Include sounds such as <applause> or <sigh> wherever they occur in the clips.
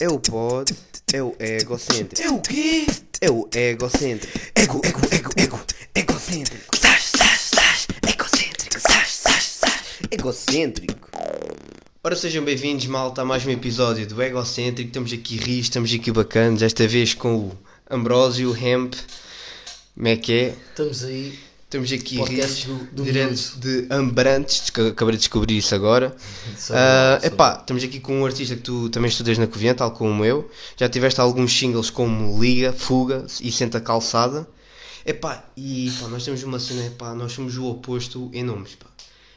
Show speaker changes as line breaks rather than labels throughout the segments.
É o pod, é o egocêntrico.
É o quê?
É o egocêntrico.
Ego, ego, ego, ego, egocêntrico. Sás, sás, sás, egocêntrico. Sás, sás, sás.
Egocêntrico. Ora, sejam bem-vindos, malta, a mais um episódio do Egocêntrico. Estamos aqui rios, estamos aqui bacanas. Desta vez com o Ambrósio Hemp. Como é que é?
Estamos aí.
Estamos aqui rios.
Podcast do- do
Direto de Ambrantes, que acabei de descobrir isso agora. Ah, epá, estamos aqui com um artista que tu também estudas na Covilhã, tal como eu. Já tiveste alguns singles como Liga, Fuga e Senta Calçada. Epá, e pá, nós temos uma cena, epá, nós somos o oposto em nomes, pá.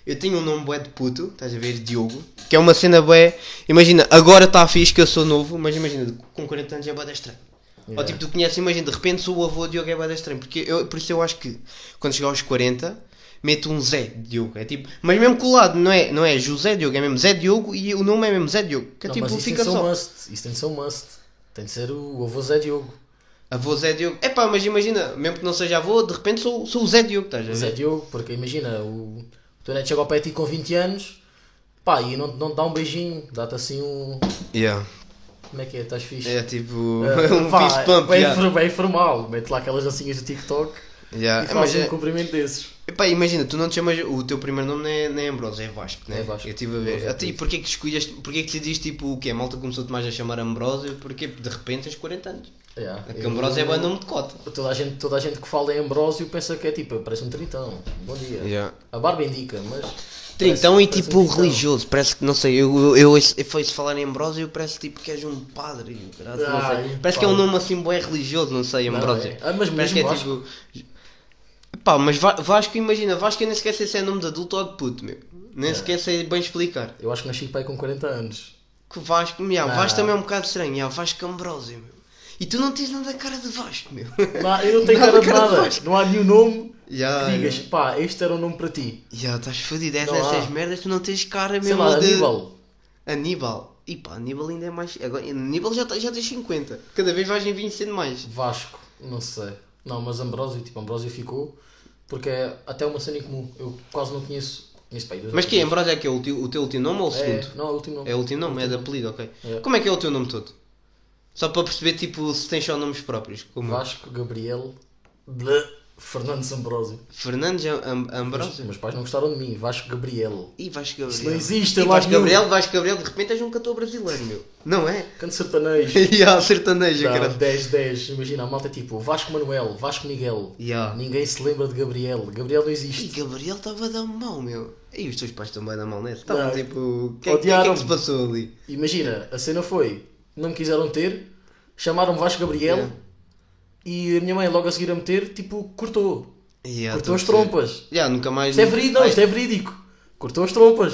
Eu tenho um nome bué de puto, estás a ver, Diogo, que é uma cena bué, imagina, agora está fixe que eu sou novo, mas imagina, com 40 anos é bué da estranho. Ou tipo, tu conheces, imagina, de repente sou o avô de Diogo é bué da estranho, porque eu, por isso eu acho que quando chegar aos 40, meto um Zé Diogo, é tipo, mas mesmo colado, não é, não é José Diogo, é mesmo Zé Diogo e o nome é mesmo Zé Diogo, que é
Não,
tipo,
mas isso
fica
tem de ser
só.
um must. Isso tem de ser um must. Tem de ser o avô Zé Diogo.
Avô Zé Diogo, epá, mas imagina, mesmo que não seja avô, de repente sou, sou o Zé Diogo, estás a ver?
Zé Diogo, porque imagina, o, o teu neto chega ao pé de ti com 20 anos, pá, e não, não te dá um beijinho, dá-te assim um.
Yeah.
Como é que é? Estás
<laughs>
fixe?
É tipo,
Ah,
um
pá,
fist pump,
bem,
yeah.
for- bem formal, mete lá aquelas dancinhas do TikTok
Yeah.
e
É, mas
faz um
é-
cumprimento desses.
epá, imagina, tu não te chamas, o teu primeiro nome não é, não é Ambrose, é Vasco, né?
É Vasco.
Eu estive a
Ambrose
ver.
é
Até, e porquê que escolheste, porquê que decidiste tipo o quê? A malta começou-te mais a chamar Ambrose, porque de repente tens 40 anos.
Yeah,
Porque
eu-
Ambrose é bom nome de cota.
Toda a, gente, toda a gente que fala em Ambrósio pensa que é tipo, parece um tritão. Bom dia.
Yeah.
A barba indica, mas. parece-
Trintão e
parece um
tipo
tritão.
religioso, parece que não sei, eu, eu, eu, eu foi-se falar em Ambrose eu parece tipo que és um padre, eu, caralho, não
Ah,
sei.
e
parece que é um
padre.
nome assim bué religioso, não sei,
Não,
Ambrose.
é. Ah, mas
parece que
mesmo
é tipo. Pá, mas Va- Vasco, imagina, Vasco eu nem sequer sei se é nome de adulto ou de puto, meu.
É.
Nem sequer sei bem explicar.
Eu acho que nasci pai com 40 anos.
Que Vasco, meu,
Ah.
Vasco também é um bocado estranho, yeah, Vasco Ambrose, meu. E tu não tens nada a cara de Vasco,
<laughs>
meu.
Não, eu não tenho
Nada,
cara de
cara Ah, é. de
nada.
Vasco.
Não há nenhum nome
Já,
que digas, pá, este era o nome para ti.
já, estás fodido, é
Não
essas
há.
merdas, tu não tens cara mesmo
Sei lá,
de...
Aníbal.
Aníbal. E pá, Aníbal ainda é mais. Agora, Aníbal já, tá- já tens 50. Cada vez vais envelhecendo mais.
Vasco, não sei. Não, mas Ambrósio, tipo, Ambrósio ficou porque é até uma cena em comum. Eu quase não conheço. Conheço pai
Mas que é, Ambrose é que é o, teu- o teu último nome ou o
É,
segundo?
não, é o último nome.
É, o último nome, é de apelido, ok.
É.
Como é que é o teu nome todo? Só para perceber, tipo, se tens só nomes próprios. Como
Vasco, Gabriel, blé, Fernandes Ambrósio.
Fernandes Am Am-
Mas,
Ambrose.
meus pais não gostaram de mim. Vasco, Gabriel.
E Vasco Gabriel.
Isso não existe,
e
é lá
Vasco
nenhum.
Gabriel, Vasco Gabriel, de repente és um cantor brasileiro, meu. Não é? <laughs>
Canto sertanejo.
E há sertanejo,
Dá
caralho.
10, 10. Imagina, a malta é tipo Vasco Manuel, Vasco Miguel.
Ya.
Ninguém se lembra de Gabriel. Gabriel não
E
existe.
Gabriel estava a dar mal, meu. E os teus pais estão bem na mão nessa. Estavam
Não.
tipo. O que, é- que é que
Odiaram-me.
se passou ali?
Imagina, a cena foi, não me quiseram ter, chamaram-me Vasco Gabriel
Yeah.
e a minha mãe logo a seguir a meter, tipo, cortou.
Yeah,
cortou as
estou a perceber.
trompas.
Já, nunca mais.
Isto é verídico, não,
Ah,
isto é verídico. Cortou as trompas.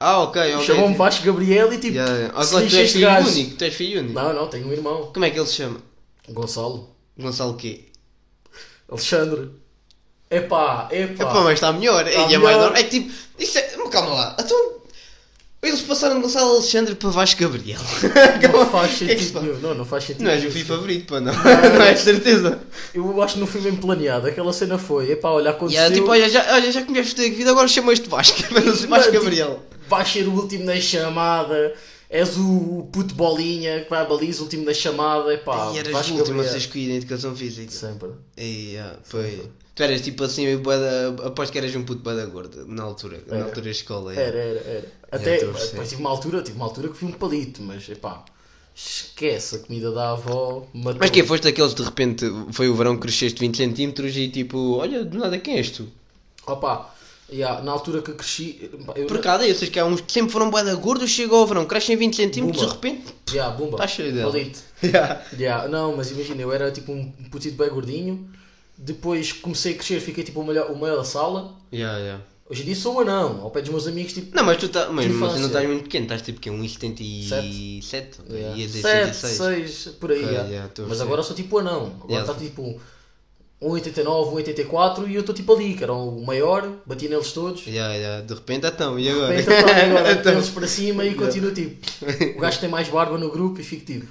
Ah, ok, ok.
Chamou-me Vasco Gabriel e tipo,
Já, já. Ah, claro,
se
tu
lixa
és
este
filho
gajo.
único, tu és filho único.
Não, não, tenho um irmão.
Como é que ele se chama?
Gonçalo.
Gonçalo quê?
Alexandre. Epá, epá.
Epá, mas está melhor. e é
melhor.
mais normal. É tipo, isso é... mas Calma lá. Então, eles passaram de Gonçalo Alexandre para Vasco Gabriel. <laughs>
não faz
que é que se
sentido
faz?
nenhum. Não, não faz sentido
Não és o
nenhum.
filho favorito, pá, não. <laughs> Não és certeza.
Eu acho que não fui bem planeado. Aquela cena foi, epá, olha,
E
aconteceu.
era tipo, olha, já, olha, já que me vieste ter vida, agora chamas-te Vasco. <laughs> Mas Vasco
tipo,
Gabriel.
Vais ser o último na chamada. És o puto bolinha que vai à baliza, o último na chamada. é Epá,
e eras
Vasco
o último a
Gabriel.
ser escolhido em educação física.
assim Sempre.
E, ah, foi. Tu eras tipo assim, bué da- aposto que eras um puto bué da gorda na altura, na
Era.
altura da escola. é. então,
Era, era, era. Até,
estou a perceber.
depois tive uma altura, tive uma altura que fui um palito, mas epá, esquece a comida da avó. Matou.
Mas que foste daqueles de repente, foi o verão que cresceste 20 centímetros e tipo, olha, do nada quem és tu?
Opa, yeah, na altura que cresci. epá, Eu,
Por cada esses que há uns que sempre foram bué da gordos, chegam ao verão, crescem 20 centímetros
Bumba.
de repente.
Yeah, bumba.
Tá cheio dela.
Palito. <laughs> Yeah, não, mas imagina, eu era tipo um putito bem gordinho. Depois comecei a crescer, fiquei tipo o melhor, o maior da sala.
Yeah, yeah.
Hoje em dia sou um anão, ao pé dos meus amigos, tipo.
Não, mas tu tá, mas,
Que
mas tu não
infância.
estás muito pequeno, estás tipo que 1,77
Yeah.
e é a
7,
16.
6, por aí.
Ok,
yeah.
yeah, estou a
Mas
perceber.
agora eu sou tipo anão. Agora
Yeah.
está tipo 1,89, 1,84 e eu estou tipo ali, que era o maior, bati neles todos.
Yeah, yeah. De repente, então, e agora?
Bem, então, pá,
<laughs>
agora
Então.
neles para cima e continuo tipo. O gajo tem mais barba no grupo e fico tipo.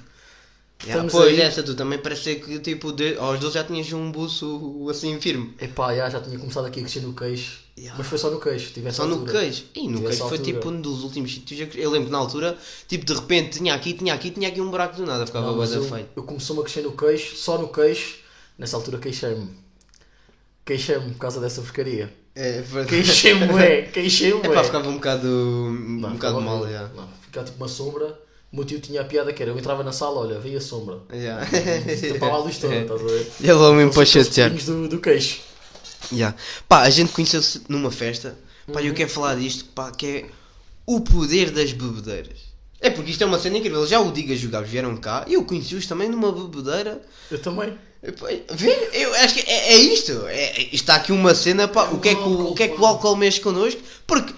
Yeah,
Estamos
pois,
aí.
essa tu também parecia que tipo, de- aos 12 já tinhas um buço assim firme.
Epá, já, já tinha começado aqui a crescer no queijo.
Yeah.
Mas foi só no queijo, tivesse
Só no
altura.
queijo. E no
Tivesse
queijo foi
altura.
tipo um dos últimos sítios. a cre- Eu lembro que na altura, tipo, de repente tinha aqui, tinha aqui, tinha aqui um buraco do nada, ficava
Não,
bué
mas
da
eu,
feio.
eu começou-me a crescer no queixo, só no queixo. Nessa altura queixei-me. Queixei-me por causa dessa porcaria.
É,
<laughs>
<laughs>
Queixei-me, é, queixei-me.
é pá,
é.
ficava um bocado, um
Não,
bocado
ficava
mal,
horrível.
já.
Não, Ficava tipo uma sombra. O meu tio tinha a piada que era: eu entrava na sala, olha, veio
<laughs>
a sombra. Tipo,
Yeah.
Tapava a luz toda,
É.
estás a ver?
Ele logo mesmo para chatear.
Pinhos do, do queixo.
Ya. Pá, a gente conheceu-se numa festa. Pá, eu quero falar disto, pá, que é o poder das bebedeiras. É porque isto é uma cena incrível. Já o Diga Jogados vieram cá e eu conheci-os também numa bebedeira.
Eu também.
E, pá, Vê? Eu acho que é, é isto. É, é- está aqui uma cena, pá,
É
o
o
que é que o,
álcool,
o que é que o
pá.
álcool mexe connosco? Porque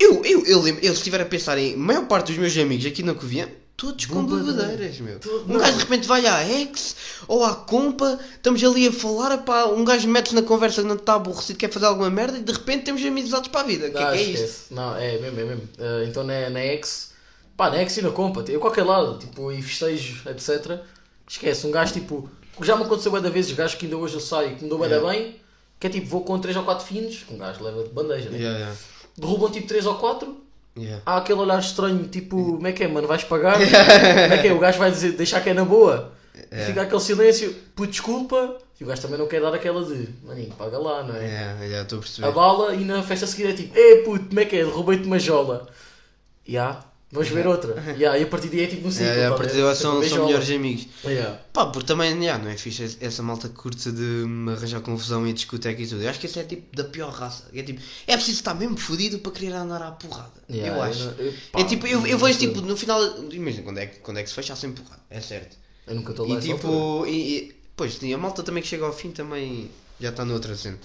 eu, eu, eu lembro, eu se estiver a pensar em a maior parte dos meus amigos aqui na Covilhã, todos com
Bom,
bebedeiras, meu.
Todo-
Um gajo
não.
de repente vai à ex ou à compa, estamos ali a falar, pá, um gajo mete-se na conversa, não está aborrecido, quer fazer alguma merda e de repente temos amizades para a vida. O que é que é isto?
isto? Ah, Não, é mesmo, é mesmo. Ah, então na, na X, pá, na X e na Compa, eu qualquer lado, tipo, e festejo, etc. Esquece, um gajo tipo, o que já me aconteceu bué da vezes, gajos que ainda hoje eu saio, que me dou bué da bem, que é tipo, vou com 3 ou 4 finos, que um gajo leva de bandeja, né?
Yeah, yeah,
Derrubam tipo 3 ou 4,
yeah.
há aquele olhar estranho,
<laughs>
tipo, como é que é, mano, vais pagar? como é que é, o gajo vai dizer, deixar que é na boa.
É.
E fica aquele silêncio, por desculpa, e o gajo também não quer dar aquela de, maninho, paga lá, não é?
Yeah, yeah, estou a perceber.
a bala e na festa seguinte é tipo, ei puto, como é que é? Derrubei-te uma jola. E há, vamos
<laughs>
ver outra. E há, e a partir daí é tipo um ciclo.
Yeah, yeah, a
tá
partir
ver?
de agora
Sempre
são,
uma
são
jola.
melhores amigos.
Yeah.
Pá, porque também, já, não é fixe essa- essa malta que curte de me arranjar confusão e discoteca e tudo. Eu acho que esse é tipo da pior raça. É tipo, é preciso estar mesmo fodido para querer andar à porrada.
Yeah,
eu acho.
não- eu-
é
pá,
tipo, eu, eu
não
vejo
sei.
tipo, no final, imagina, quando é, que- quando é que se fecha, há sempre porrada, é certo.
Eu nunca estou lá.
E
essa altura.
tipo, e, e- pois, e a malta também que chega ao fim também já está noutra cena.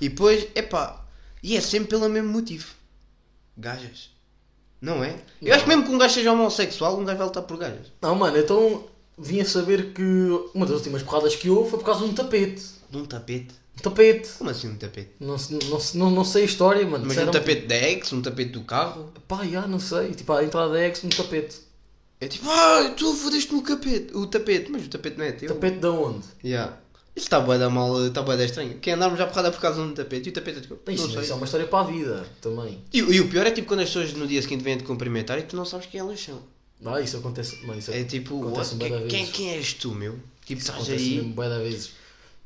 E depois, é pá, e é sempre pelo mesmo motivo: gajas. Não é? Eu acho que mesmo que um gajo seja homossexual, um gajo vai lutar por gajas.
Não, mano, então vim a saber que uma das últimas porradas que houve foi por causa de um tapete.
De um tapete.
Um tapete.
Como assim um tapete?
Não, se- não, se- não, não sei a história,
Mas
mano.
um
Disseram-
tapete da ex, um tapete do carro.
Pá, já, não sei. Tipo, à entrada da X, um tapete.
É tipo, ah, tu fodeste-me o tapete. O tapete, mas o tapete não é teu.
Tapete de onde?
Yeah. Isso está boa da mal, está boa da estranha. Quem andarmos já porrada por causa de um tapete e o tapete é teu.
Isso,
Não
isso
sei.
é uma história para a vida também.
E, e o pior é tipo quando as pessoas no dia seguinte vêm te cumprimentar e tu não sabes quem elas são.
Ah, isso acontece. Mano, isso
É tipo,
acontece
what?
bué da
Quem, quem,
vezes.
quem és tu, meu? Tipo, estás
Acontece
aí.
mesmo bué da vezes.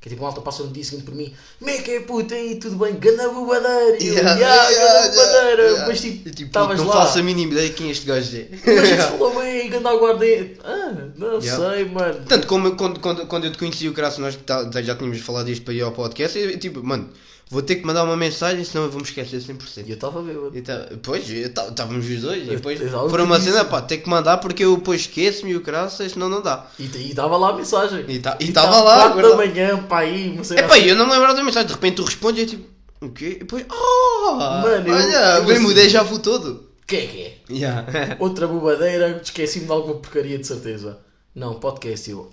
Que é tipo, malta passa no dia seguinte por mim, como é que é puta aí, tudo bem, ganda bobadeira, e eu,
Yeah,
yeah,
yeah, yeah,
ganda bobadeira,
yeah.
mas
E,
tipo,
tipo,
estavas
não
lá,
faço a mínima ideia de quem este gajo é.
mas tipo,
<laughs>
ele falou bem, ganda aguardei, ah, não
Yeah.
sei, mano.
Tanto como quando, quando, quando eu te conheci o Crasso, nós tá- já tínhamos falado isto para ir ao podcast, e tipo, mano, vou ter que mandar uma mensagem, senão eu vou me esquecer 100%.
E eu estava bêbado.
Então, pois, estávamos os dois, e
Eu-
depois
eu tava
foram uma
feliz.
cena, pá, ter que mandar porque eu depois esqueço-me e o Crasso, senão não dá.
E e estava lá a mensagem.
E tá- e
tipo,
tava
às
lá,
quatro
guarda-
da manhã, pá aí,
<laughs>
não sei
É
lá.
pá, eu não me lembrava da mensagem, de repente tu respondes e eu tipo, o quê? E depois, oh,
Mano, eu-
olha,
eu
bem
assim-
mudei já vou todo.
que é que é?
Yeah.
Outra bobadeira, esqueci-me de alguma porcaria de certeza. Não, podcast, eu.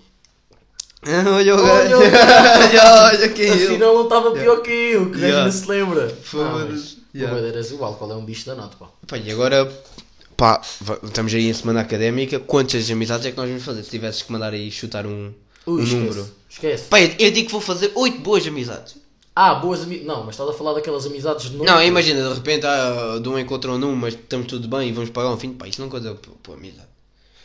<laughs> olha o gajo,
Olha
<laughs>
o
olha, olha quem é ele.
Afinal não estava pior que eu, que
Yeah.
yeah. não se lembra. Ah,
Foda-se. Yeah.
Bobadeiras, o álcool é um bicho danado, pá.
Pá, e agora, pá, va- estamos aí em semana académica, quantas amizades é que nós vamos fazer? Se tivesses que mandar aí chutar um, um
Ui, esquece.
número.
Esquece.
Pá, eu, eu digo que vou fazer 8 boas amizades.
Ah, boas amizades. Não, mas estás a falar daquelas amizades de novo.
Não, imagina, de repente ah, de um encontro ou num, mas estamos tudo bem e vamos pagar um fim. Pá, isso não conta por, por amizade.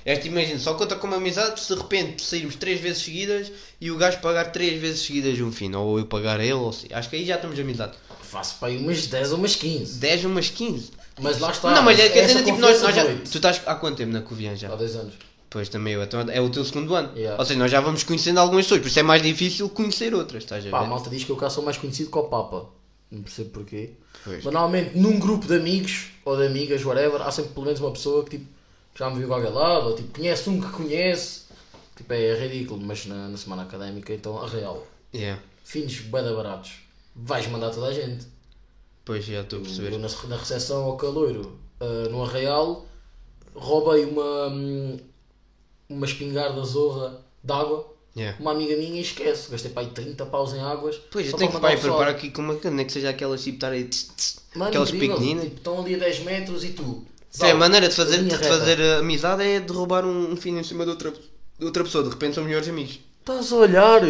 Esta, imagina, só conta como amizade se de repente sairmos 3 vezes seguidas e o gajo pagar 3 vezes seguidas um fim. Ou eu pagar a ele, ou se- acho que aí já estamos amizade.
Faço para aí umas 10 ou umas 15.
10 umas 15.
Mas lá está.
não, mas é que a
Essa
cena, tipo, nós, nós já.
confiança doe-te.
Tu estás há quanto tempo na Covian já?
Há 10 anos.
Pois também eu, então é o teu segundo ano.
Yeah.
Ou seja, nós já vamos conhecendo algumas pessoas, por isso é mais difícil conhecer outras, estás a ver?
Pá, a malta diz que eu cá sou mais conhecido que o Papa. Não percebo porquê.
Pois.
Mas normalmente num grupo de amigos ou de amigas, whatever, há sempre pelo menos uma pessoa que tipo, já me viu qualquer lado, ou tipo, conhece um que conhece. Tipo, é ridículo, mas na, na semana académica, então, a real.
Yeah.
Finos bué da baratos. Vais mandar toda a gente.
Pois já estou a perceber.
Eu na, na recepção ao caloiro, ah, no Arraial, roubei uma, hum, uma espingarda zorra de água.
Yeah.
Uma amiga minha e esquece. Gastei para aí 30 paus em águas.
Pois, eu
só
tenho Então
para
que
mandar
pai,
o pessoal.
preparar aqui com uma cana, que seja aquelas tipo estar aí, tss, tss,
Mano,
aquelas
incrível,
pequeninas.
tipo, estão ali a 10 metros e tu.
Isso é a
Dá,
maneira de fazer,
linha
de
reta.
fazer eh, amizade é de roubar um, um fino em cima de outra, de outra pessoa, de repente são melhores amigos.
Estás a olhar?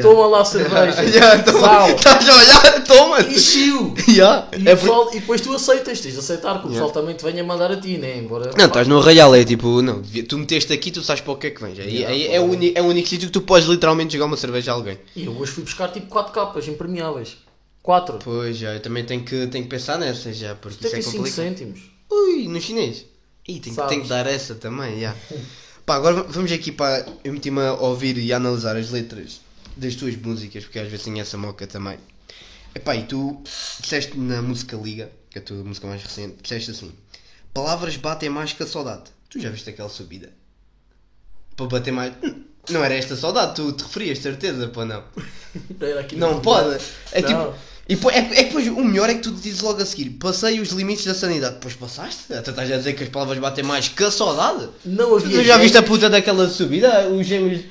Toma lá a
<laughs>
cerveja.
Yeah, toma,
Sal.
estás a olhar? Toma!
E chiu.
Yeah,
E,
é
o
por-
pessoal- e depois tu aceitas, tens de aceitar que o pessoal
Yeah.
também te venha mandar a ti, né? Embora.
Não, estás no arraial, é tipo, não, devia- tu meteste aqui, tu sabes para o que é que vens. Aí,
Yeah,
aí é, o uni- é o único sítio que tu podes literalmente jogar uma cerveja a alguém.
E eu hoje fui buscar tipo 4 capas impermeáveis. 4.
Pois, já, eu também tenho que, tenho que pensar nessa já, porque isso é
75
complicado.
cêntimos.
Ui, no chinês. Ih, tenho, que-
Sabes.
tenho que dar essa também, já. Pá, agora vamos aqui para. Eu meti-me a ouvir e a analisar as letras das tuas músicas, porque às vezes tenho essa moca também. Epá, e tu disseste na música Liga, que é a tua música mais recente, disseste assim: Palavras batem mais que a saudade. Tu já viste aquela subida? Para bater mais. Hum, Não era esta saudade, tu te referias, certeza, pô, não.
Tipo, Era aqui
Não
no-
pode. É
Não.
tipo. E pô- é, é que depois o melhor é que tu dizes logo a seguir: passei os limites da sanidade. Pois passaste? Até estás a dizer que as palavras batem mais que a saudade?
Não havia.
Tu já
jeito.
viste a puta daquela subida? Os gêmeos.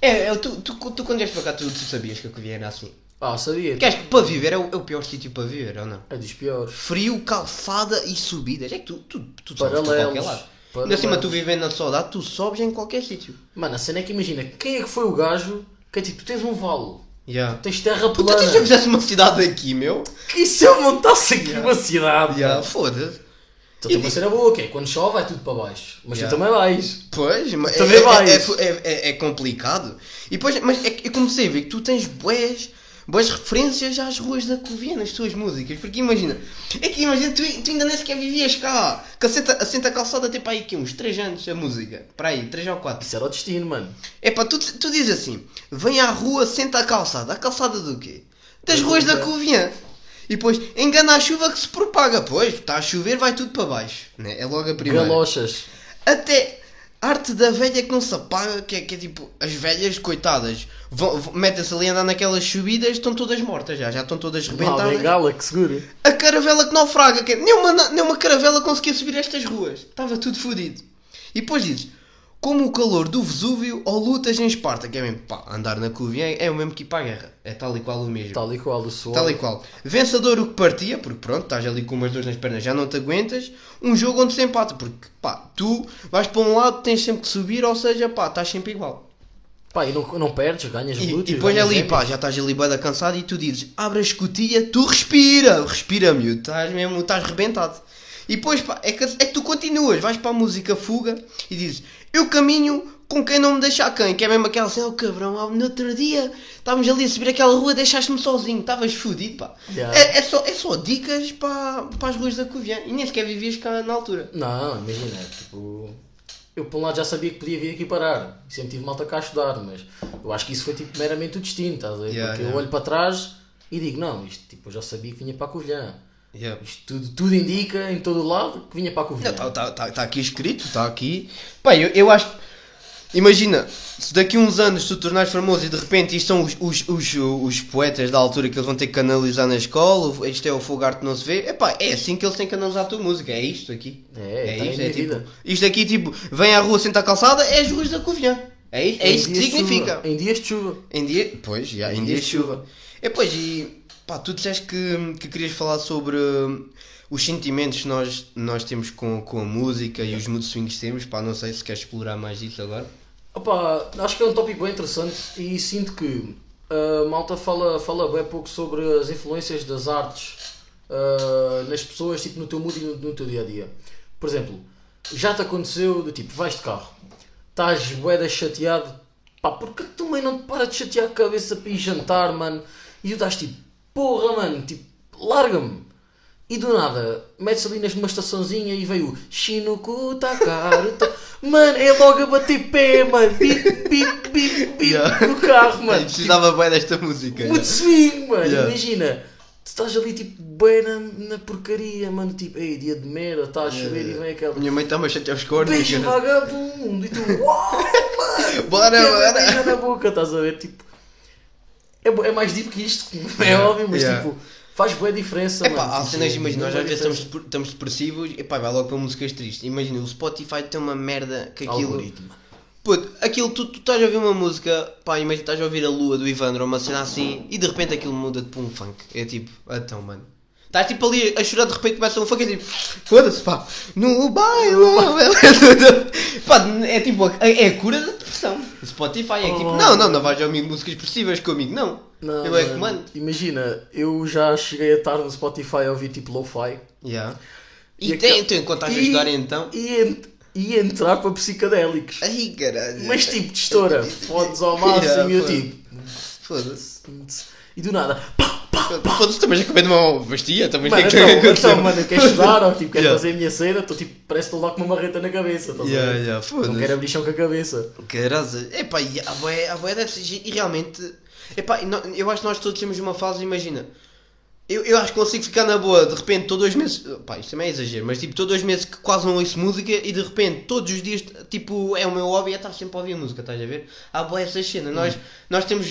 É, é, tu, tu, tu quando és para cá, tu, tu sabias que a Covilhã era assim.
Ah, sabia.
Porque acho que para viver é o, é o pior sítio para viver, ou não?
É dos piores.
Frio, calçada e subidas. É que tu, tu, tu sobes para
Paralelos.
qualquer lado. Ainda
Paralelos.
acima, tu vivendo na saudade, tu sobes em qualquer sítio.
Mano, a cena é que imagina, quem é que foi o gajo que é tipo, tu tens um vale,
Yeah.
tens terra
Puta, tu
plana.
já fizeste uma cidade aqui, meu?
Que se eu montasse aqui uma cidade?
Yeah,
Yeah.
foda-se.
Então tem uma cena boa, que é quando chove vai tudo para baixo. Mas
Yeah.
tu também vais.
Pois, mas
Também
é, é-
vais.
é, é- é- é complicado. E depois, mas é que eu comecei a ver que tu tens boas, boas referências às ruas da Covilhã nas tuas músicas. Porque imagina, é que imagina, tu, tu ainda nem sequer vivias cá. Que assenta, assenta a calçada até para aí que é uns 3 anos a música. Para aí, 3 ou 4.
Isso era o destino, mano.
É pá, tu, tu dizes assim: vem à rua, senta a calçada. A calçada do quê? Das
Da
ruas da
Covilhã.
Covilhã. E depois, engana a chuva que se propaga. Pois, está a chover, vai tudo para baixo. né? É logo a primeira.
Galochas.
Até arte da velha que não se apaga, que é, que é tipo, as velhas, coitadas, vão- vão- metem-se ali a andar naquelas subidas, estão todas mortas já, já estão todas
Uma
rebentadas.
bengala que segura.
A caravela que naufraga, que é- nem, uma, na- nem uma caravela conseguia subir estas ruas, estava tudo fodido. E depois dizes, como o calor do Vesúvio ou lutas em Esparta, que é mesmo, pá, andar na Covilhã é, é o mesmo que ir para a guerra, é tal e qual o mesmo.
Tal e qual o suor.
Tal e qual. Vencedor o que partia, porque pronto, estás ali com umas dores nas pernas, já não te aguentas. Um jogo onde se empata, porque pá, tu vais para um lado, tens sempre que subir, ou seja, pá, estás sempre igual.
Pá, e não, não perdes, ganhas
E,
glúteos.
e depois
ganhas
ali,
gêmeos.
pá, já estás ali bada cansado e tu dizes, abre a escotilha, tu respira, respira, miúdo, estás mesmo, estás rebentado. E depois, pá, é que, é que tu continuas, vais para a música fuga e dizes, eu caminho com quem não me deixa a quem, que é mesmo aquela assim, oh cabrão, ah, no outro dia estávamos ali a subir aquela rua, deixaste-me sozinho, estavas fudido, pá.
Yeah.
É, é só, é só dicas para, para as ruas da Covilhã e nem sequer vivias cá na altura.
Não, imagina, tipo. Eu por um lado já sabia que podia vir aqui parar. Sempre tive malta cá a estudar, mas eu acho que isso foi tipo meramente o destino, estás a ver?
Yeah,
Porque
yeah.
eu olho para trás e digo, não, isto tipo, eu já sabia que vinha para a Covilhã.
Yeah.
Isto tudo, tudo indica em todo o lado que vinha para a Covilhã.
Está tá, aqui escrito, está aqui. Pá, eu, eu acho. Imagina, se daqui a uns anos tu te tornares famoso e de repente isto são os, os, os, os poetas da altura que eles vão ter que canalizar na escola, isto é o Fogar que não se vê, é pá, é assim que eles têm que canalizar a tua música, é isto aqui.
É, tá aí a
isto,
minha
tipo,
vida.
isto aqui tipo, vem à rua, senta a calçada, é as ruas da Covilhã. É, i- é
Em
isto que
dias de
significa.
chuva, Em dias de chuva.
Em dia. Pois, já, em, dias de chuva. É, pois, e. Pá, tu disseste que, que querias falar sobre hum, os sentimentos que nós, nós temos com, com a música e os mood swings que temos. Pá, não sei se queres explorar mais isso agora.
Opa, acho que é um tópico bem interessante e sinto que a malta fala, fala bem pouco sobre as influências das artes ah, nas pessoas, tipo no teu mood e no, no teu dia a dia. Por exemplo, já te aconteceu do tipo, vais de carro, estás boeda chateado, pá, porque também não te para de chatear a cabeça para ir jantar, mano? E tu estás tipo, porra, mano, tipo, larga-me. E do nada, metes ali numa estaçãozinha e veio o Shinuku Takaru. ta- Mano, é logo a bater pé, mano. Bip, bip, bip, bip
Yeah.
no carro, mano. Tipo,
Eu precisava bem desta música.
Muito
já.
swing, mano.
né? Yeah.
Imagina, tu estás ali tipo bem na, na porcaria, mano. Tipo, ei, dia de merda, está a chover e vem aquela.
Minha mãe está-me a chatear os cornos.
Beijo
cara.
vagabundo. E tu,
<laughs>
uau, mano.
Bora,
quero
bora.
beijar na boca, estás a ver? Tipo, é, bo- é mais deep que isto, <laughs> é óbvio, mas
Yeah.
tipo, faz boa diferença,
É
mano.
pá, há
Tipo,
cenas, imagina, nós
bué
às vezes
diferença.
estamos, depre- estamos depressivos e pá, vai logo para músicas tristes. Imagina, o Spotify tem uma merda que aquilo.
Algoritmo.
Puto, aquilo, tu, tu estás a ouvir uma música, pá, imagina, estás a ouvir a lua do Ivandro, uma cena assim, e de repente aquilo muda-te para um funk. É tipo, então, mano. Estás tipo é
<laughs>
ali a chorar, de repente começa um funk e tipo, foda-se, pá, no baile. <laughs> Pá, é tipo, a- é a cura da depressão. O Spotify é tipo, não, não, não vais ouvir músicas depressivas comigo, não.
Oh. Não,
eu é que
mano,
mando.
Imagina, eu já cheguei a estar no Spotify a ouvir tipo lo-fi
Yeah. E, tem,
E aquele-
então, enquanto estás a
E-
jogar então.
e, ent- e entrar para psicadélicos.
Ai caralho.
Mas tipo, de estoura, fodes ao máximo
<laughs> Yeah,
e eu
foda-se.
tipo.
Foda-se.
E do nada,
Foda-se, também já acabei de uma pastilha, também
mano,
tem que <laughs>
então,
acontecer.
então, mano, queres estudar ou tipo, queres
Yeah.
fazer a minha cena? Estou tipo, parece que estou lá com uma marreta na cabeça, estás a
Yeah,
ver?
yeah,
Não
foda-se.
quero abrir chão com a cabeça.
Caralho, epá, e a boé, a boé deve ser gi- e realmente, epá, e nó- eu acho que nós todos temos uma fase, imagina, eu, eu acho que consigo ficar na boa, de repente, todos dois meses, pá, isto também é exagero, mas tipo, todos dois meses que quase não ouço música e de repente, todos os dias, tipo, é o meu hobby, é estar sempre a ouvir música, estás a ver? Há boé essa cena,
Hum.
nós, nós temos,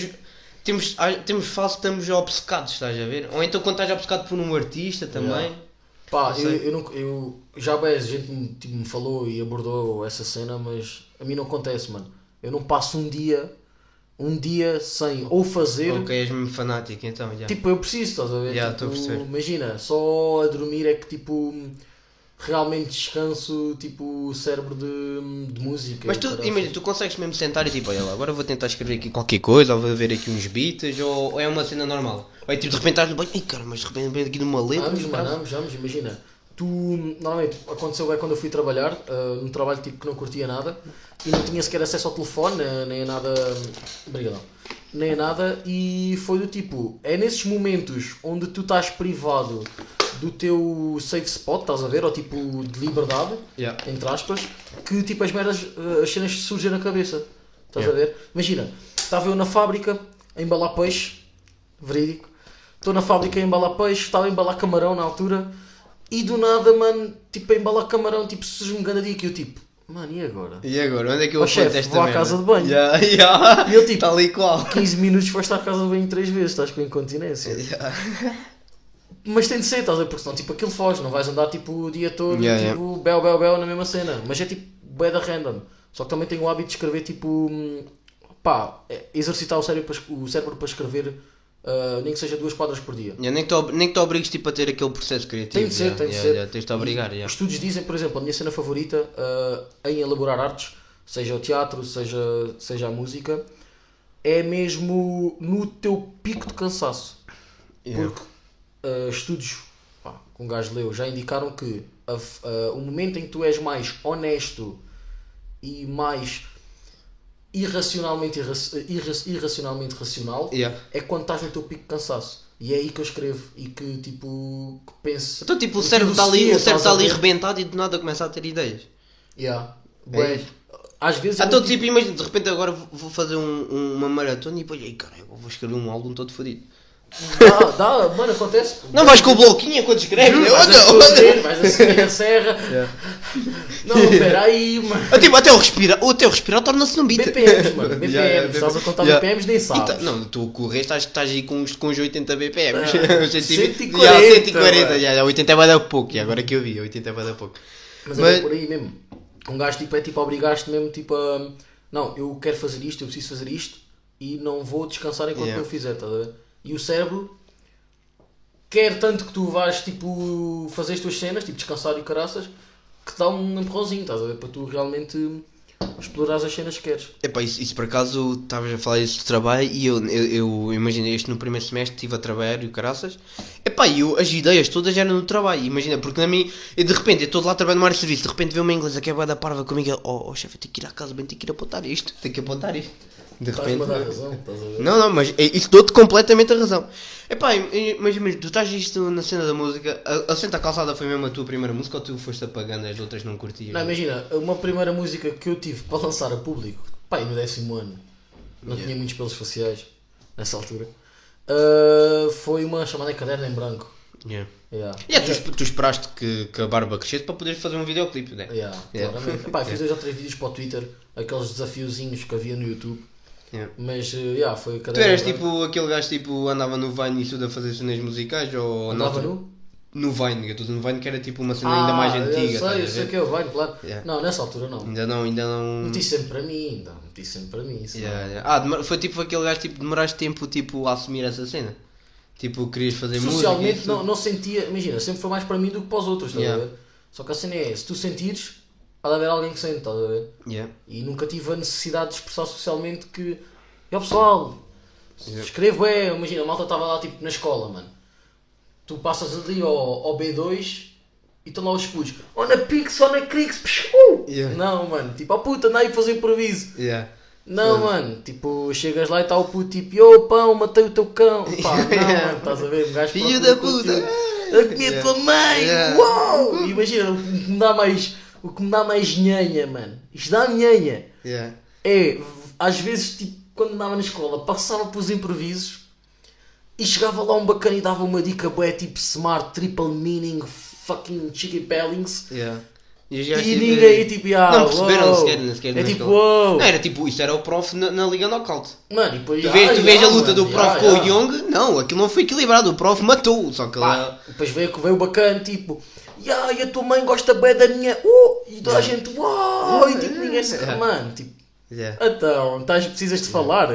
temos, ah, temos fase que estamos obcecados, estás a ver? Ou então quando estás obcecado por um artista também,
Pá,
Não
eu,
sei.
eu, não, eu já bem, a gente me, tipo, me falou e abordou essa cena, mas a mim não acontece, mano. Eu não passo um dia, um dia sem ou fazer,
ok, és mesmo fanático, então, já.
tipo, eu preciso, estás a ver?
Yeah,
Tipo,
estou a perceber.
imagina, só a dormir é que, tipo, realmente descanso, tipo, o cérebro de, de música.
Mas tu,
caraças.
imagina, tu consegues mesmo sentar e tipo, olha lá, agora vou tentar escrever aqui qualquer coisa, ou vou ver aqui uns beats, ou, ou é uma cena normal? Ou é tipo, de repente estás no banho, ai cara, mas de repente vem aqui numa letra,
Ambos, mano, ambos, ambos, imagina. Tu, normalmente, aconteceu bem quando eu fui trabalhar, ah, num trabalho tipo que não curtia nada e não tinha sequer acesso ao telefone, nem- nem a nada. Obrigadão. Nem a nada, e foi do tipo: é nesses momentos onde tu estás privado do teu safe spot, estás a ver, ou tipo de liberdade,
Yeah.
entre aspas, que tipo as merdas, ah, as cenas surgem na cabeça, estás a ver? Imagina, estava eu na fábrica a embalar peixe, verídico. Estou na fábrica a embalar peixe, estava a embalar camarão na altura e do nada, mano, tipo a embalar camarão, tipo, surge um grande dia que eu tipo, mano, e agora?
E agora, onde é que eu
Oh,
aponto
chefe,
esta
vou à
merda?
casa de banho.
Ya, ya.
E eu, tipo-
tal e qual.
15 minutos foste à casa de banho três vezes, estás com incontinência.
Ya.
Mas tem de ser, estás a ver? Porque senão tipo aquilo foge, não vais andar tipo o dia todo,
Yeah,
tipo, bel, bel, bel na mesma cena. Mas é tipo da random. Só que também tenho o hábito de escrever tipo. hum, pá, é- exercitar o cérebro para, es- o cérebro para escrever, ah, nem que seja duas quadras por dia.
Ya, nem, que te, ob- nem que te obrigues tipo, a ter aquele processo criativo.
Tem de ser,
ya,
tem de
ya,
ser.
ya, tens de te obrigar,
E
ya.
Estudos dizem, por exemplo, a minha cena favorita ah, em elaborar artes, seja o teatro, seja, seja a música, é mesmo no teu pico de cansaço.
Yeah.
Porque ah, estudos pá, com gajo leu já indicaram que a f- ah, o momento em que tu és mais honesto e mais irracionalmente, irra- irra- irracionalmente racional
Ya.
é quando estás no teu pico de cansaço. E é aí que eu escrevo e que tipo que penso.
Então tipo, o
que
cérebro está ali,
filosofia,
o cérebro
estás a
está ali
ver?
rebentado e do nada começa a ter ideias.
Yeah. Bué.
É isso.
Às vezes
Ah,
eu
Então
não
tipo, imagina, de repente agora vou vou fazer um- um- uma maratona e depois, ai caralho, vou escrever um álbum todo fodido.
tive- dá, dá, mano, acontece.
tipo- Não vais com o bloquinho quando escreves? né?
Vais a
Olha, olha.
correr, <laughs> vais a subir a serra. Não,
<laughs>
peraí, mano.
Ah, tipo, até o respirar, ou até o respirar torna-se num beat.
BPMs, mano. BPMs.
Yeah, yeah,
Estás a contar
yeah.
BPMs, nem sabes.
Então, não, tu a correr estás, estás aí com uns, com uns 80 <laughs> BPMs.
Ah,
120,
140,
já, 140,
mano.
já, já, 80 vai dar pouco, e agora que eu vi, 80 vai dar pouco.
Mas,
Mas-
é por aí mesmo. Um gajo tipo, é tipo, obrigaste mesmo tipo a. Não, eu quero fazer isto, eu preciso fazer isto e não vou descansar enquanto
Yeah.
eu fizer, estás a ver? E o cérebro quer tanto que tu vais tipo fazer as tuas cenas, tipo descansar e caraças, que te dá um empurrãozinho, estás a ver? Para tu realmente explorares as cenas que queres.
Epá, isso, isso por acaso, estavas a falar isso de trabalho e eu, eu, eu imaginei isto no primeiro semestre, estive a trabalhar e o caraças. Epá, e eu, as ideias todas eram no trabalho, imagina, porque na mim, eu, de repente, eu estou lá trabalhando numa área de serviço, de repente vê uma inglesa que é bué da parva comigo, eu, oh, oh chefe, eu tenho que ir à casa, bem, tenho que ir apontar isto, tenho que apontar isto. De
Estás-me a dar
repente.
razão, estás a ver?
Não, não, mas é- isso dou-te completamente a razão. Epá, e- e- mas, mas tu estás isto na cena da música, a, a Senta Calçada foi mesmo a tua primeira música ou tu foste apagando as outras não curtias?
Não, imagina, uma primeira música que eu tive para lançar a público, pá, e no décimo ano, não tinha muitos pelos faciais nessa altura, ah, foi uma chamada Caderno em Branco.
Yeah.
Yeah.
Yeah, é, tu, esp- tu esperaste que, que a barba crescesse para poderes fazer um videoclipe, né?
Yeah,
Yeah.
claramente.
<laughs>
Epá, fiz dois ou três vídeos para o Twitter, aqueles desafiozinhos que havia no YouTube,
Yeah.
mas ah, yeah, foi
Tu
Caderno
eras
em Branco.
tipo aquele gajo tipo andava no Vine e tudo a fazer cenas musicais ou
Andava
na altura-
nu?
no Vine, eu estou no Vine que era tipo uma cena ainda mais
Ah,
antiga,
Eu sei, eu
estás a
sei
ver?
que eu vai, claro.
Yeah.
Não, nessa altura não.
Ainda não, ainda não.
Meti sempre para mim, ainda. Meti sempre para mim. isso
Yeah, yeah. Ah, demor- foi tipo aquele gajo tipo demoraste tempo tipo a assumir essa cena. Tipo, querias fazer
não.
música. e
Socialmente
isso
não, não sentia, imagina, sempre foi mais para mim do que para os outros, estás a
Yeah.
ver? Só que a cena é, se tu sentires, há de haver alguém que sente, estás a ver?
Yeah.
E nunca tive a necessidade de expressar socialmente que. E pessoal, escrevo é. Imagina, a malta estava lá tipo na escola, mano. Tu passas ali ao, ao B2 e estão lá os putos. Ou na Pix ou na Crix. psh, uh!
Yeah.
Não, mano. Tipo, ó puta, anda aí fazer improviso.
Yeah.
Não, mano. Tipo, chegas lá e está o puto tipo, ô pão, matei o
<laughs>
teu cão. Pá, não,
Yeah.
mano. Estás a ver? Um gajo
Filho
procura
da puta!
conteúdo. Eu comi a tua mãe!
Yeah. <laughs>
Uou! Imagina, o que me dá mais. O que me dá mais nhanha, mano. Isto dá nhanha.
Yeah.
É, às vezes, tipo, quando andava na escola, passava pelos improvisos e chegava lá um bacana e dava uma dica bué, tipo, smart, triple meaning, fucking chicken pellings.
Yeah. E, os
E
gajos, tipo,
ninguém aí, tipo, ah,
Não perceberam
uou.
sequer, nem sequer
É
na
tipo,
escola.
uou.
Não, era tipo, isto era o prof na, na Liga Knockout.
Mano, e depois.
Tu vês,
ah,
tu vês a
yeah,
luta do
mano,
prof
yeah,
com
yeah.
o Young? Não, aquilo não foi equilibrado. O prof matou. Só que é-
Pá,
lá.
depois veio, veio o bacana, tipo, "Ya, e a tua mãe gosta bem da minha. Uh, e toda a gente, uau! E tipo, ninguém se.
Yeah.
Mano, tipo,
Yeah.
então, estás, precisas de falar?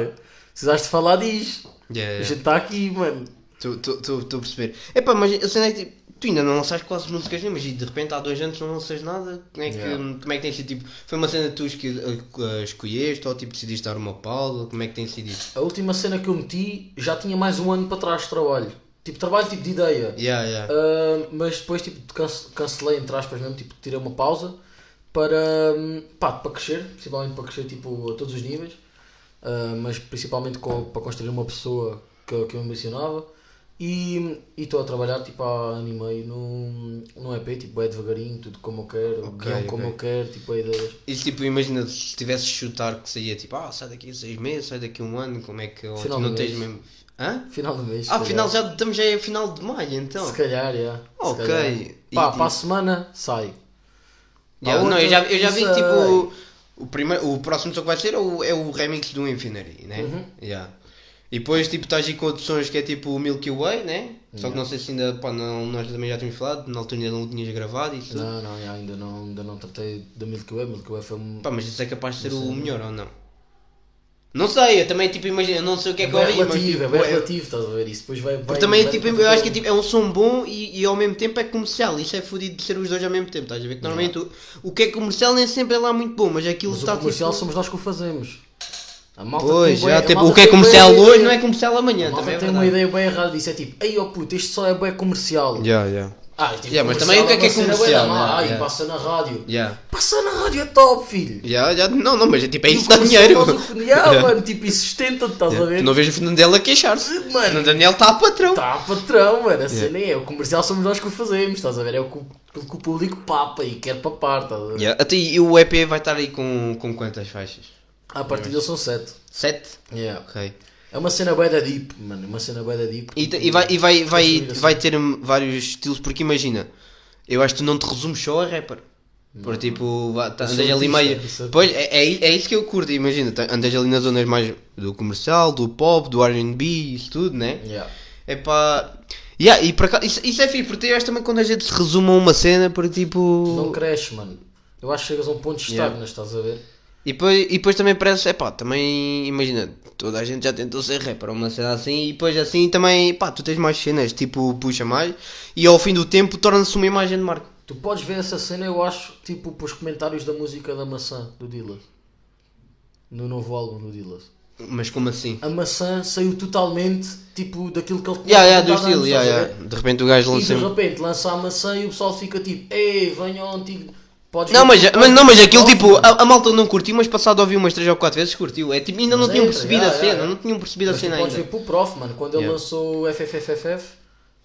Precisas de falar disto.
Yeah,
A
yeah.
gente está aqui, mano.
Estou a perceber. Epá, mas a cena é que tipo, tu ainda não lançaste quase músicas nenhumas e de repente há dois anos não lanças nada. Como é que,
Yeah.
como é que tem sido? Tipo, foi uma cena que tu esque- eh, escolheste ou tipo, decidiste dar uma pausa? Como é que tem sido isso?
A última cena que eu meti já tinha mais um ano para trás de trabalho. Tipo, trabalho tipo de ideia.
Yeah, yeah.
Ah, mas depois tipo, cance- cancelei, entre aspas mesmo, tipo, tirei uma pausa para, hum, pá, para crescer, principalmente para crescer tipo, a todos os níveis, Ah, mas principalmente co- para construir uma pessoa que, que eu ambicionava. E e estou a trabalhar tipo, há ano e meio num, num EP, tipo, é devagarinho, tudo como eu quero, o guião como
ok.
eu quero, tipo, é ideias.
E tipo, imagina se tivesse chutar que saía tipo, ah, sai daqui a seis meses, sai daqui a um ano, como é que. Ou, tu
Final
não
do
tens
mês.
mesmo. Hã?
Final do mês. se
Ah,
calhar.
afinal já estamos já é a final de maio então.
Se calhar, já. Se
Ok.
calhar.
E,
Pá,
tipo-
para a semana sai.
Yeah,
Pá,
não, eu já, eu já vi que
outra-
tipo
é?
o, primeiro, o próximo som que vai ser é o, é o remix do Infinity, né?
Uhum.
Yeah. E depois tipo estás aí com outros sons que é tipo o Milky Way, né? Só que não sei se ainda, pá, não, nós também já tínhamos falado, na altura ainda não o tinhas gravado e tudo.
Não, não, já ainda não, ainda não tratei da Milky Way. Milky Way foi um.
Pá, mas isso é capaz de ser o melhor ou não? Não sei, eu também tipo imagino, eu não sei o que é que eu ouvi, mas
relativo,
tipo,
é bem
é-
relativo, estás a ver isso. Depois vai. vai
porque também é
vai-
tipo, eu acho que é, tipo, é um som bom e, e ao mesmo tempo é comercial, isso é fodido de ser os dois ao mesmo tempo, estás a ver? Que normalmente o, o que é comercial nem sempre é lá muito bom, mas aquilo
Mas
está
o comercial
tipo...
somos nós que o fazemos. A malta
Pois,
tem
já,
bué- a
tipo,
malta
o que é
tem
comercial
bué-
hoje não é comercial amanhã,
A malta
também é
tem uma
verdade.
ideia bem errada disso. É tipo, ei ó puto, isto só é bem comercial. Ah, tipo,
Yeah, mas também
comercial
o que é que é
uma cena bué
comercial,
da má.
né?
Ah, e
Yeah.
passa na rádio.
Yeah.
Passa na rádio é top, filho.
Yeah, yeah, não, não, mas é tipo, é isso que
E
dá
o comercial
dinheiro.
faz o
<laughs>
que- Yeah, mano, tipo, isso sustenta-te, estás a ver?
Tu não vejo o Fernandel a queixar-se. O
Mano.
Fernando Daniel está a patrão.
Tá, patrão, mano, a cena é, o comercial somos nós que o fazemos, estás a ver? É o que, o que o público papa e quer papar, estás a ver?
Yeah. Até e o EP vai estar aí com, com quantas faixas?
À partida são sete.
Sete?
Yeah.
Ok.
É uma cena bué da deep, mano, é uma cena bué da deep.
E, te- e vai, e vai, vai,
Construir assim.
vai ter hum, vários estilos, porque imagina, eu acho que tu não te resumes só a rapper. Por tipo, vá, tá,
Eu sou
andas ali
artista,
meio.
eu sou
Pois, é, é, i- é isso que eu curto, imagina, tá, andas ali nas zonas mais do comercial, do pop, do RB, isso tudo, né?
Yeah.
É pá. Yeah, e por acaso, isso, isso é fixe, porque eu acho também quando a gente se resume a uma cena, porque
Não
tipo.
cresce, mano. Eu acho que chegas a um ponto estagnas, estás a ver?
E depois, e depois também parece, é pá, também. Imagina, toda a gente já tentou ser rapper, uma cena assim, e depois assim também, pá, tu tens mais cenas, tipo, puxa mais, e ao fim do tempo torna-se uma imagem de marca.
Tu podes ver essa cena, eu acho, tipo, pelos comentários da música da maçã, do Dillaz. No novo álbum do Dillaz.
Mas como assim?
A maçã saiu totalmente, tipo, daquilo que ele tinha
Yeah, yeah, do
cantado
estilo,
antes,
yeah,
estás a ver?
yeah. De repente o gajo
E de
lança.
repente lança a maçã e o pessoal fica tipo, ei, venha ao antigo. Podes
Não,
ver
mas,
que-
mas- não, mas aquilo tipo, a, a malta não curtiu, mas passado a ouvir umas 3 ou 4 vezes curtiu. É tipo, ainda não
Mas
tinham
é,
percebido a
yeah,
cena,
yeah, yeah.
não tinham percebido a
Mas tu
cena
podes ver
ainda.
pro prof, mano, quando ele
Yeah.
lançou o FFFFF,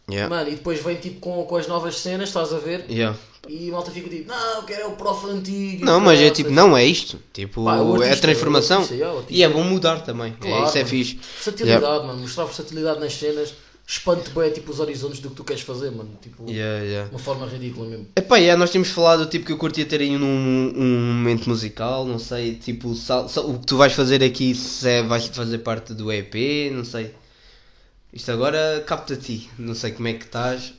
Yeah.
mano, e depois vem tipo com, com as novas cenas, estás a ver?
Yeah.
E a malta fica tipo, não, eu quero é o prof antigo.
Não, mas é
Caraças.
tipo, não é isto. Tipo,
Pá, é o
é
artista,
a transformação.
é o artista, é o artista.
E é bom mudar também.
Claro,
é, isso é
mano.
fixe.
Versatilidade, mano, mostrar versatilidade nas cenas, expande bem tipo, os horizontes do que tu queres fazer, mano. Tipo,
Yeah, yeah.
uma forma ridícula mesmo.
Epá, yeah, nós tínhamos falado tipo, que eu curtia ter aí num um momento musical, não sei, tipo, sal- sal- o que tu vais fazer aqui se é, vais fazer parte do EP, não sei. Isto agora capta ti, não sei como é que estás.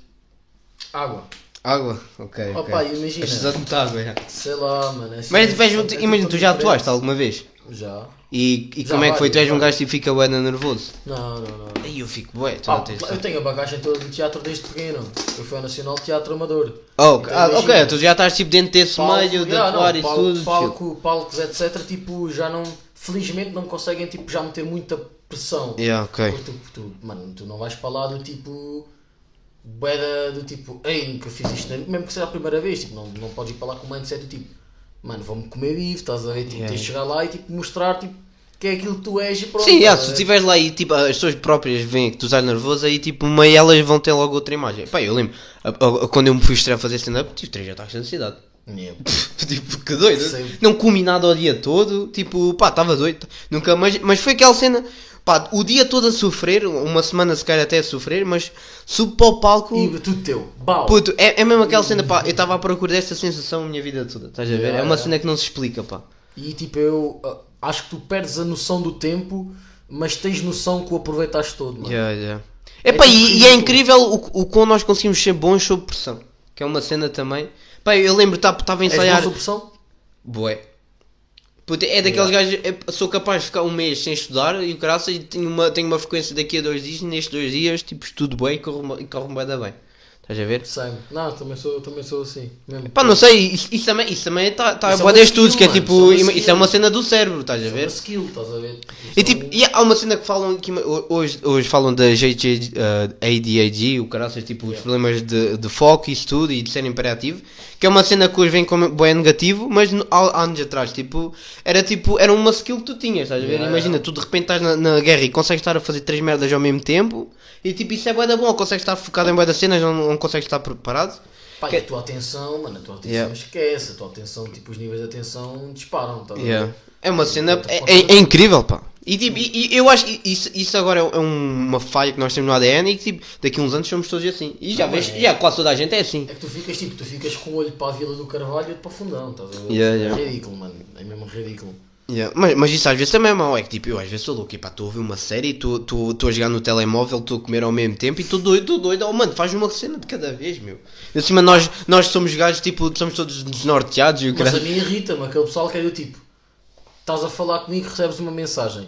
Água.
Água? Ok. ok.
Opa, imagina.
Precisas de muita água, yeah.
Sei lá, mano. é assim,
Mas vais-
é tudo
imagina, tu já
diferente.
atuaste alguma vez?
Já.
E, e
Já
como é que foi?
várias,
Tu és um
várias.
gajo que fica bué de nervoso.
Não, não, não.
Aí eu fico bué, tu
Pá,
não tens...
eu tenho a bagagem toda do teatro desde pequeno. Eu fui ao Nacional Teatro Amador.
Oh,
Então,
ah, ok,
imagina.
tu já estás tipo dentro desse
Palco-
meio de
Yeah, Ah, não,
atuar e
palco-
tudo. tipo.
palco, palcos, etc. Tipo, já não. Felizmente não conseguem tipo, já meter muita pressão.
Yeah, ok.
Porque tu, tu- mano, tu não vais para lá do tipo. Boeda do tipo, ei, nunca fiz isto, na- mesmo que seja a primeira vez, tipo, não, não podes ir para lá com o mindset do tipo, mano, vão-me comer vivo, estás a ver? Tipo,
Yeah.
tens de chegar lá e tipo, mostrar tipo, que é aquilo que tu és e pronto.
Sim, yeah,
estás a
se tu
ver?
estiveres lá e tipo, as pessoas próprias veem que tu estás nervoso, aí tipo, meio elas vão ter logo outra imagem. Pá, eu lembro, a- a- a- quando eu me fui estrear a fazer stand-up, tive três ataques de ansiedade. <laughs>
Yeah.
tipo, que doido.
Sim.
Não comi nada o dia todo, tipo, pá, estava doido. Nunca, mas, mas foi aquela cena, pá, o dia todo a sofrer, uma semana se calhar até a sofrer, mas subo para o palco.
E tudo teu, bau.
Puto, é, é mesmo aquela cena, pá, eu estava à procura desta sensação a minha vida toda, estás a ver?
Yeah,
é uma
yeah.
cena que não se explica, pá.
E tipo, eu ah, acho que tu perdes a noção do tempo, mas tens noção que o aproveitaste todo, mano.
Yeah, yeah. Epá,
É
e, e é
incrível.
incrível o, o quão nós conseguimos ser bons sob pressão. Que é uma cena também. Pá, eu lembro, estava a
És bom
ensaiar.
sob pressão?
Bué. Puta, é daqueles gajos. é, sou capaz de ficar um mês sem estudar e o caraças e tenho uma, tenho uma frequência daqui a dois dias e nestes dois dias tipo estudo bem e corro- e corro-me bué da bem. Estás a ver?
Sei. Não, também sou, também sou assim. Mesmo.
Pá, não sei, isso, isso também isso também está tá,
Isso é
bué
uma
de estudos,
skill,
que é
mano,
tipo.
isso é uma
ima- isso é
skill.
uma cena do cérebro, estás a
Sou é uma
ver?
skill, estás a ver? um-
E tipo, e há uma cena que falam que hoje, hoje falam da JJ, eh, ADHD, o caraças, tipo, os problemas de, de foco e isso tudo e de ser imperativo, que é uma cena que hoje vem como bem negativo, mas no- há anos atrás, tipo, era tipo, era uma skill que tu tinhas, estás a ver?
Yeah,
Imagina,
yeah.
tu de repente estás na, na guerra e consegues estar a fazer três merdas ao mesmo tempo e tipo, isso é bué da bom, consegues estar focado em bué das cenas, não, não consegues estar preparado.
Pá,
que-
e a tua atenção, mano, a tua atenção
Yeah.
esquece. A tua atenção, tipo, os níveis de atenção disparam, estás a ver?
É uma cena.
Outra
É,
coisa.
é- é incrível, pá. E, tipo, e, e eu acho que isso, isso agora é um- é uma falha que nós temos no ADN e que tipo, daqui a uns anos somos todos assim. E já
Não,
vês,
é.
já quase toda a gente é assim.
É que tu ficas, tipo, tu ficas com o olho para a Vila do Carvalho e outro para o Fundão, estás a ver?
Yeah, yeah.
É ridículo, mano. É mesmo ridículo.
Yeah, Mas, mas isso às vezes também é mau. É que tipo, eu às vezes sou louco. E pá, estou a ouvir uma série, estou- estou estou a jogar no telemóvel, estou a comer ao mesmo tempo e estou doido, estou doido. Oh mano, faz uma cena de cada vez, meu. E acima, nós, nós somos gajos, tipo, somos todos desnorteados e o
Mas a
caralho.
mim irrita-me aquele pessoal que é do tipo: estás a falar comigo, recebes uma mensagem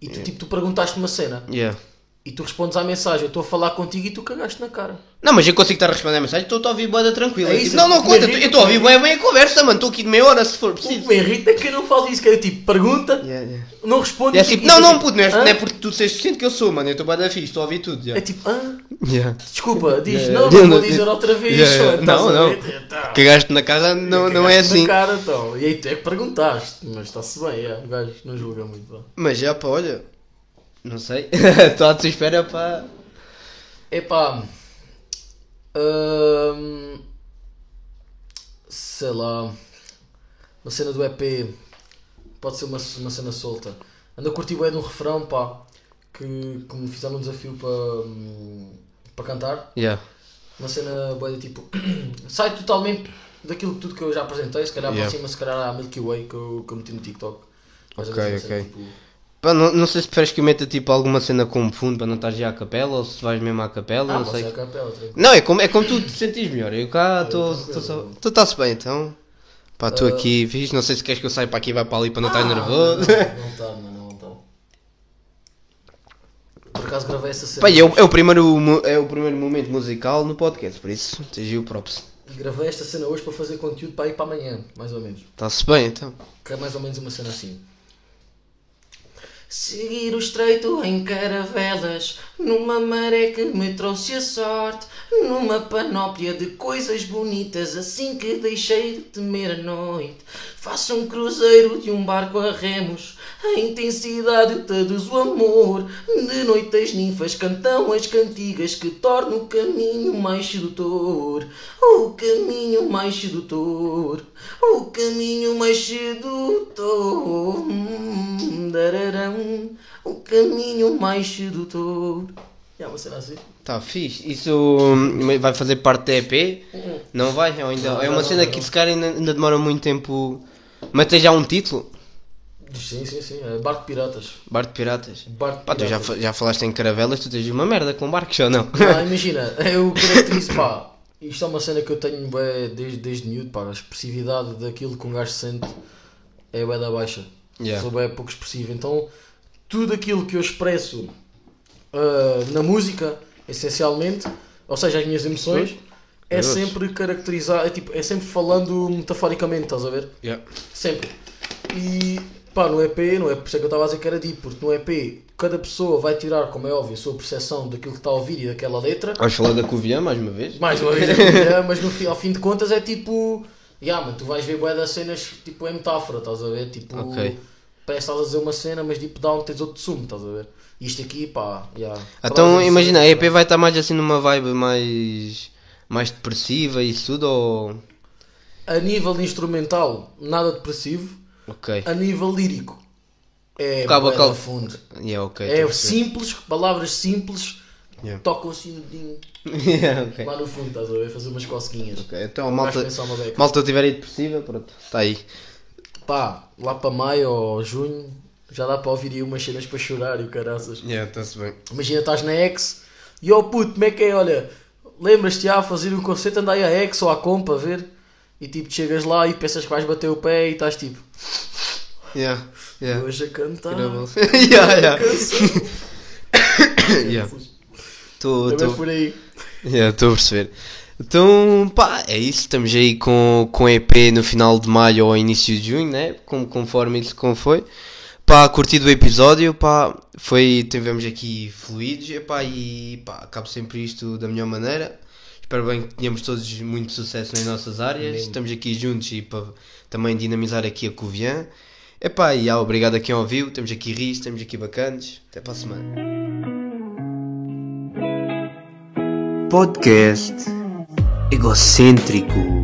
e tu, tipo, tu perguntaste uma cena
Yeah.
e tu respondes à mensagem, eu estou a falar contigo e tu cagaste na cara.
Não, mas eu consigo estar a responder a mensagem, estou a ouvir boeda tranquila.
É
Tipo,
isso,
não, não
mas
conta,
é-
eu estou a ouvir bem, bem a conversa, mano, estou aqui de meia hora se for
O que
preciso.
me irrita é que eu não falo isso, que é do tipo: pergunta, não responde.
E é
e tu-
tipo,
e
não,
tu
não,
tipo,
puto, não é,
"Hã?"
não é porque tu sejas suficiente que eu sou, mano. Eu estou bué da fixe, estou a ouvir tudo.
<laughs>
já.
É tipo, ah,
Yeah. <laughs>
desculpa, diz,
Yeah,
não,
yeah.
não vou dizer outra vez.
Yeah, yeah.
só, é estás
é, Não,
a
não.
ver? Tá.
Cagaste na cara não, não é
Cagaste na
assim.
Cara, então. E aí tu é que perguntaste, mas está-se bem, é, o gajo não julga muito. vá.
Mas já, pá, olha. Não sei. <laughs> Estou à tua espera, pá.
Epá. Hum, sei lá. Uma cena do EP. Pode ser uma, uma cena solta. Ando a curtir bem de um refrão, pá. Que, que me fizeram um desafio para hum, para cantar.
Já.
Uma cena boa de tipo. <clears throat> sai totalmente daquilo tudo que eu já apresentei. Se calhar
Yeah.
aproxima, se calhar à Milky Way que eu, que eu meti no TikTok. Mas é
Ok,
uma cena,
ok.
tipo,
Pá, não, não sei se preferes que eu meta tipo alguma cena como fundo para não estar já à capela ou se vais mesmo à capela,
Ah,
não
pode
sei.
ser a capela, tranquilo.
Não, é como, é como tu te sentes melhor. Eu cá estou.
tranquilo.
Tu estás bem então? Pá, estou aqui, fiz. Não sei se queres que eu saia para aqui e vá para ali para não estar
Ah,
tá nervoso.
<laughs> Não está, mano, não está. Por acaso gravei essa cena.
Pá, e é o, é, o primeiro, mo- é o primeiro momento musical no podcast, por isso, esteja o props.
Gravei esta cena hoje para fazer conteúdo para ir para amanhã, mais ou menos.
Está-se bem então.
Que é mais ou menos uma cena assim. Seguir o estreito em caravelas, numa maré que me trouxe a sorte, numa panóplia de coisas bonitas, assim que deixei de temer a noite. Faço um cruzeiro de um barco a remos, a intensidade traduz o amor. De noite as ninfas cantam as cantigas que tornam o caminho mais sedutor. O caminho mais sedutor, o caminho mais sedutor. Hum, dararão, o caminho mais sedutor. Já, uma cena assim.
Está Tá fixe. Isso hum, vai fazer parte da EP?
Hum.
Não vai? Ou ainda,
Não,
é uma
não,
cena
não,
que
não.
se calhar ainda, ainda demora muito tempo. Mas tem já um título?
Sim, sim, sim. É barco de piratas.
Bar de Piratas.
Barco de
Pá, tu já,
piratas.
fa- já falaste em caravelas, tu tens uma merda com barcos ou
<laughs>
não?
Não, imagina, eu caracterizo, pá, isto é uma cena que eu tenho bué desde, desde miúdo, pá, a expressividade daquilo que um gajo sente é bué da baixa.
Yeah.
Sou bem pouco expressivo. Então, tudo aquilo que eu expresso ah, na música, essencialmente, ou seja, as minhas emoções, é
Verdade.
sempre caracterizar, é, tipo, é sempre falando metaforicamente, estás a ver?
Yeah.
Sempre. E pá, no EP, não é por isso é que eu estava a dizer que era deep, porque no EP cada pessoa vai tirar, como é óbvio, a sua percepção daquilo que está a ouvir e daquela letra.
Vamos falar da Covilhã mais uma vez?
Mais
<laughs>
uma vez, é, mas no fim, ao fim de contas é tipo. Yeah, mano, tu vais ver bué das cenas, tipo, é metáfora, estás a ver? Tipo,
Ok.
parece que estás a dizer uma cena, mas deep down tens outro sumo, estás a ver? Isto aqui, pá, yeah.
Então
Palavras-
imagina, a EP vai estar mais assim numa vibe mais, mais depressiva e isso tudo ou.
A nível de instrumental, nada depressivo.
Ok.
A nível lírico, é
Cabo a
bué
cabo.
da fundo.
Yeah, ok. então.
É
estou a
simples, palavras simples,
Yeah.
tocam assim no dedinho,
<laughs> perceber. yeah, é ok.
lá no fundo, estás a ver? Fazer umas cosquinhas.
Ok, Então a
Vais
malta,
pensar uma beca.
malta tiver aí depressiva, pronto, está aí.
Pá, lá para maio ou junho já dá para ouvir aí umas cenas para chorar e o caraças.
Yeah, está-se bem.
Imagina, estás na X e oh puto, como é que é? Olha, lembras-te já a fazer um concerto, andai à X ou à Compa a ver e tipo chegas lá e pensas que vais bater o pé e estás tipo,
Yeah, yeah.
hoje a cantar.
<laughs>
<laughs>
yeah, yeah.
Canção.
<laughs> yeah. Tô,
Também
tô,
por aí.
Yeah, estou a perceber. Então, pá, é isso. Estamos aí com, com EP no final de maio ou início de junho, né? Como, conforme isso como foi. Pá, curtido o episódio, pá, foi, tivemos aqui fluidos, e pá, e pá, acabo sempre isto da melhor maneira. Espero bem que tenhamos todos muito sucesso nas nossas áreas.
Amém.
Estamos aqui juntos e para também dinamizar aqui a Covian. Epá, e ah, obrigado a quem ouviu. Temos aqui rios, temos aqui bacanas. Até para a semana. podcast egocêntrico.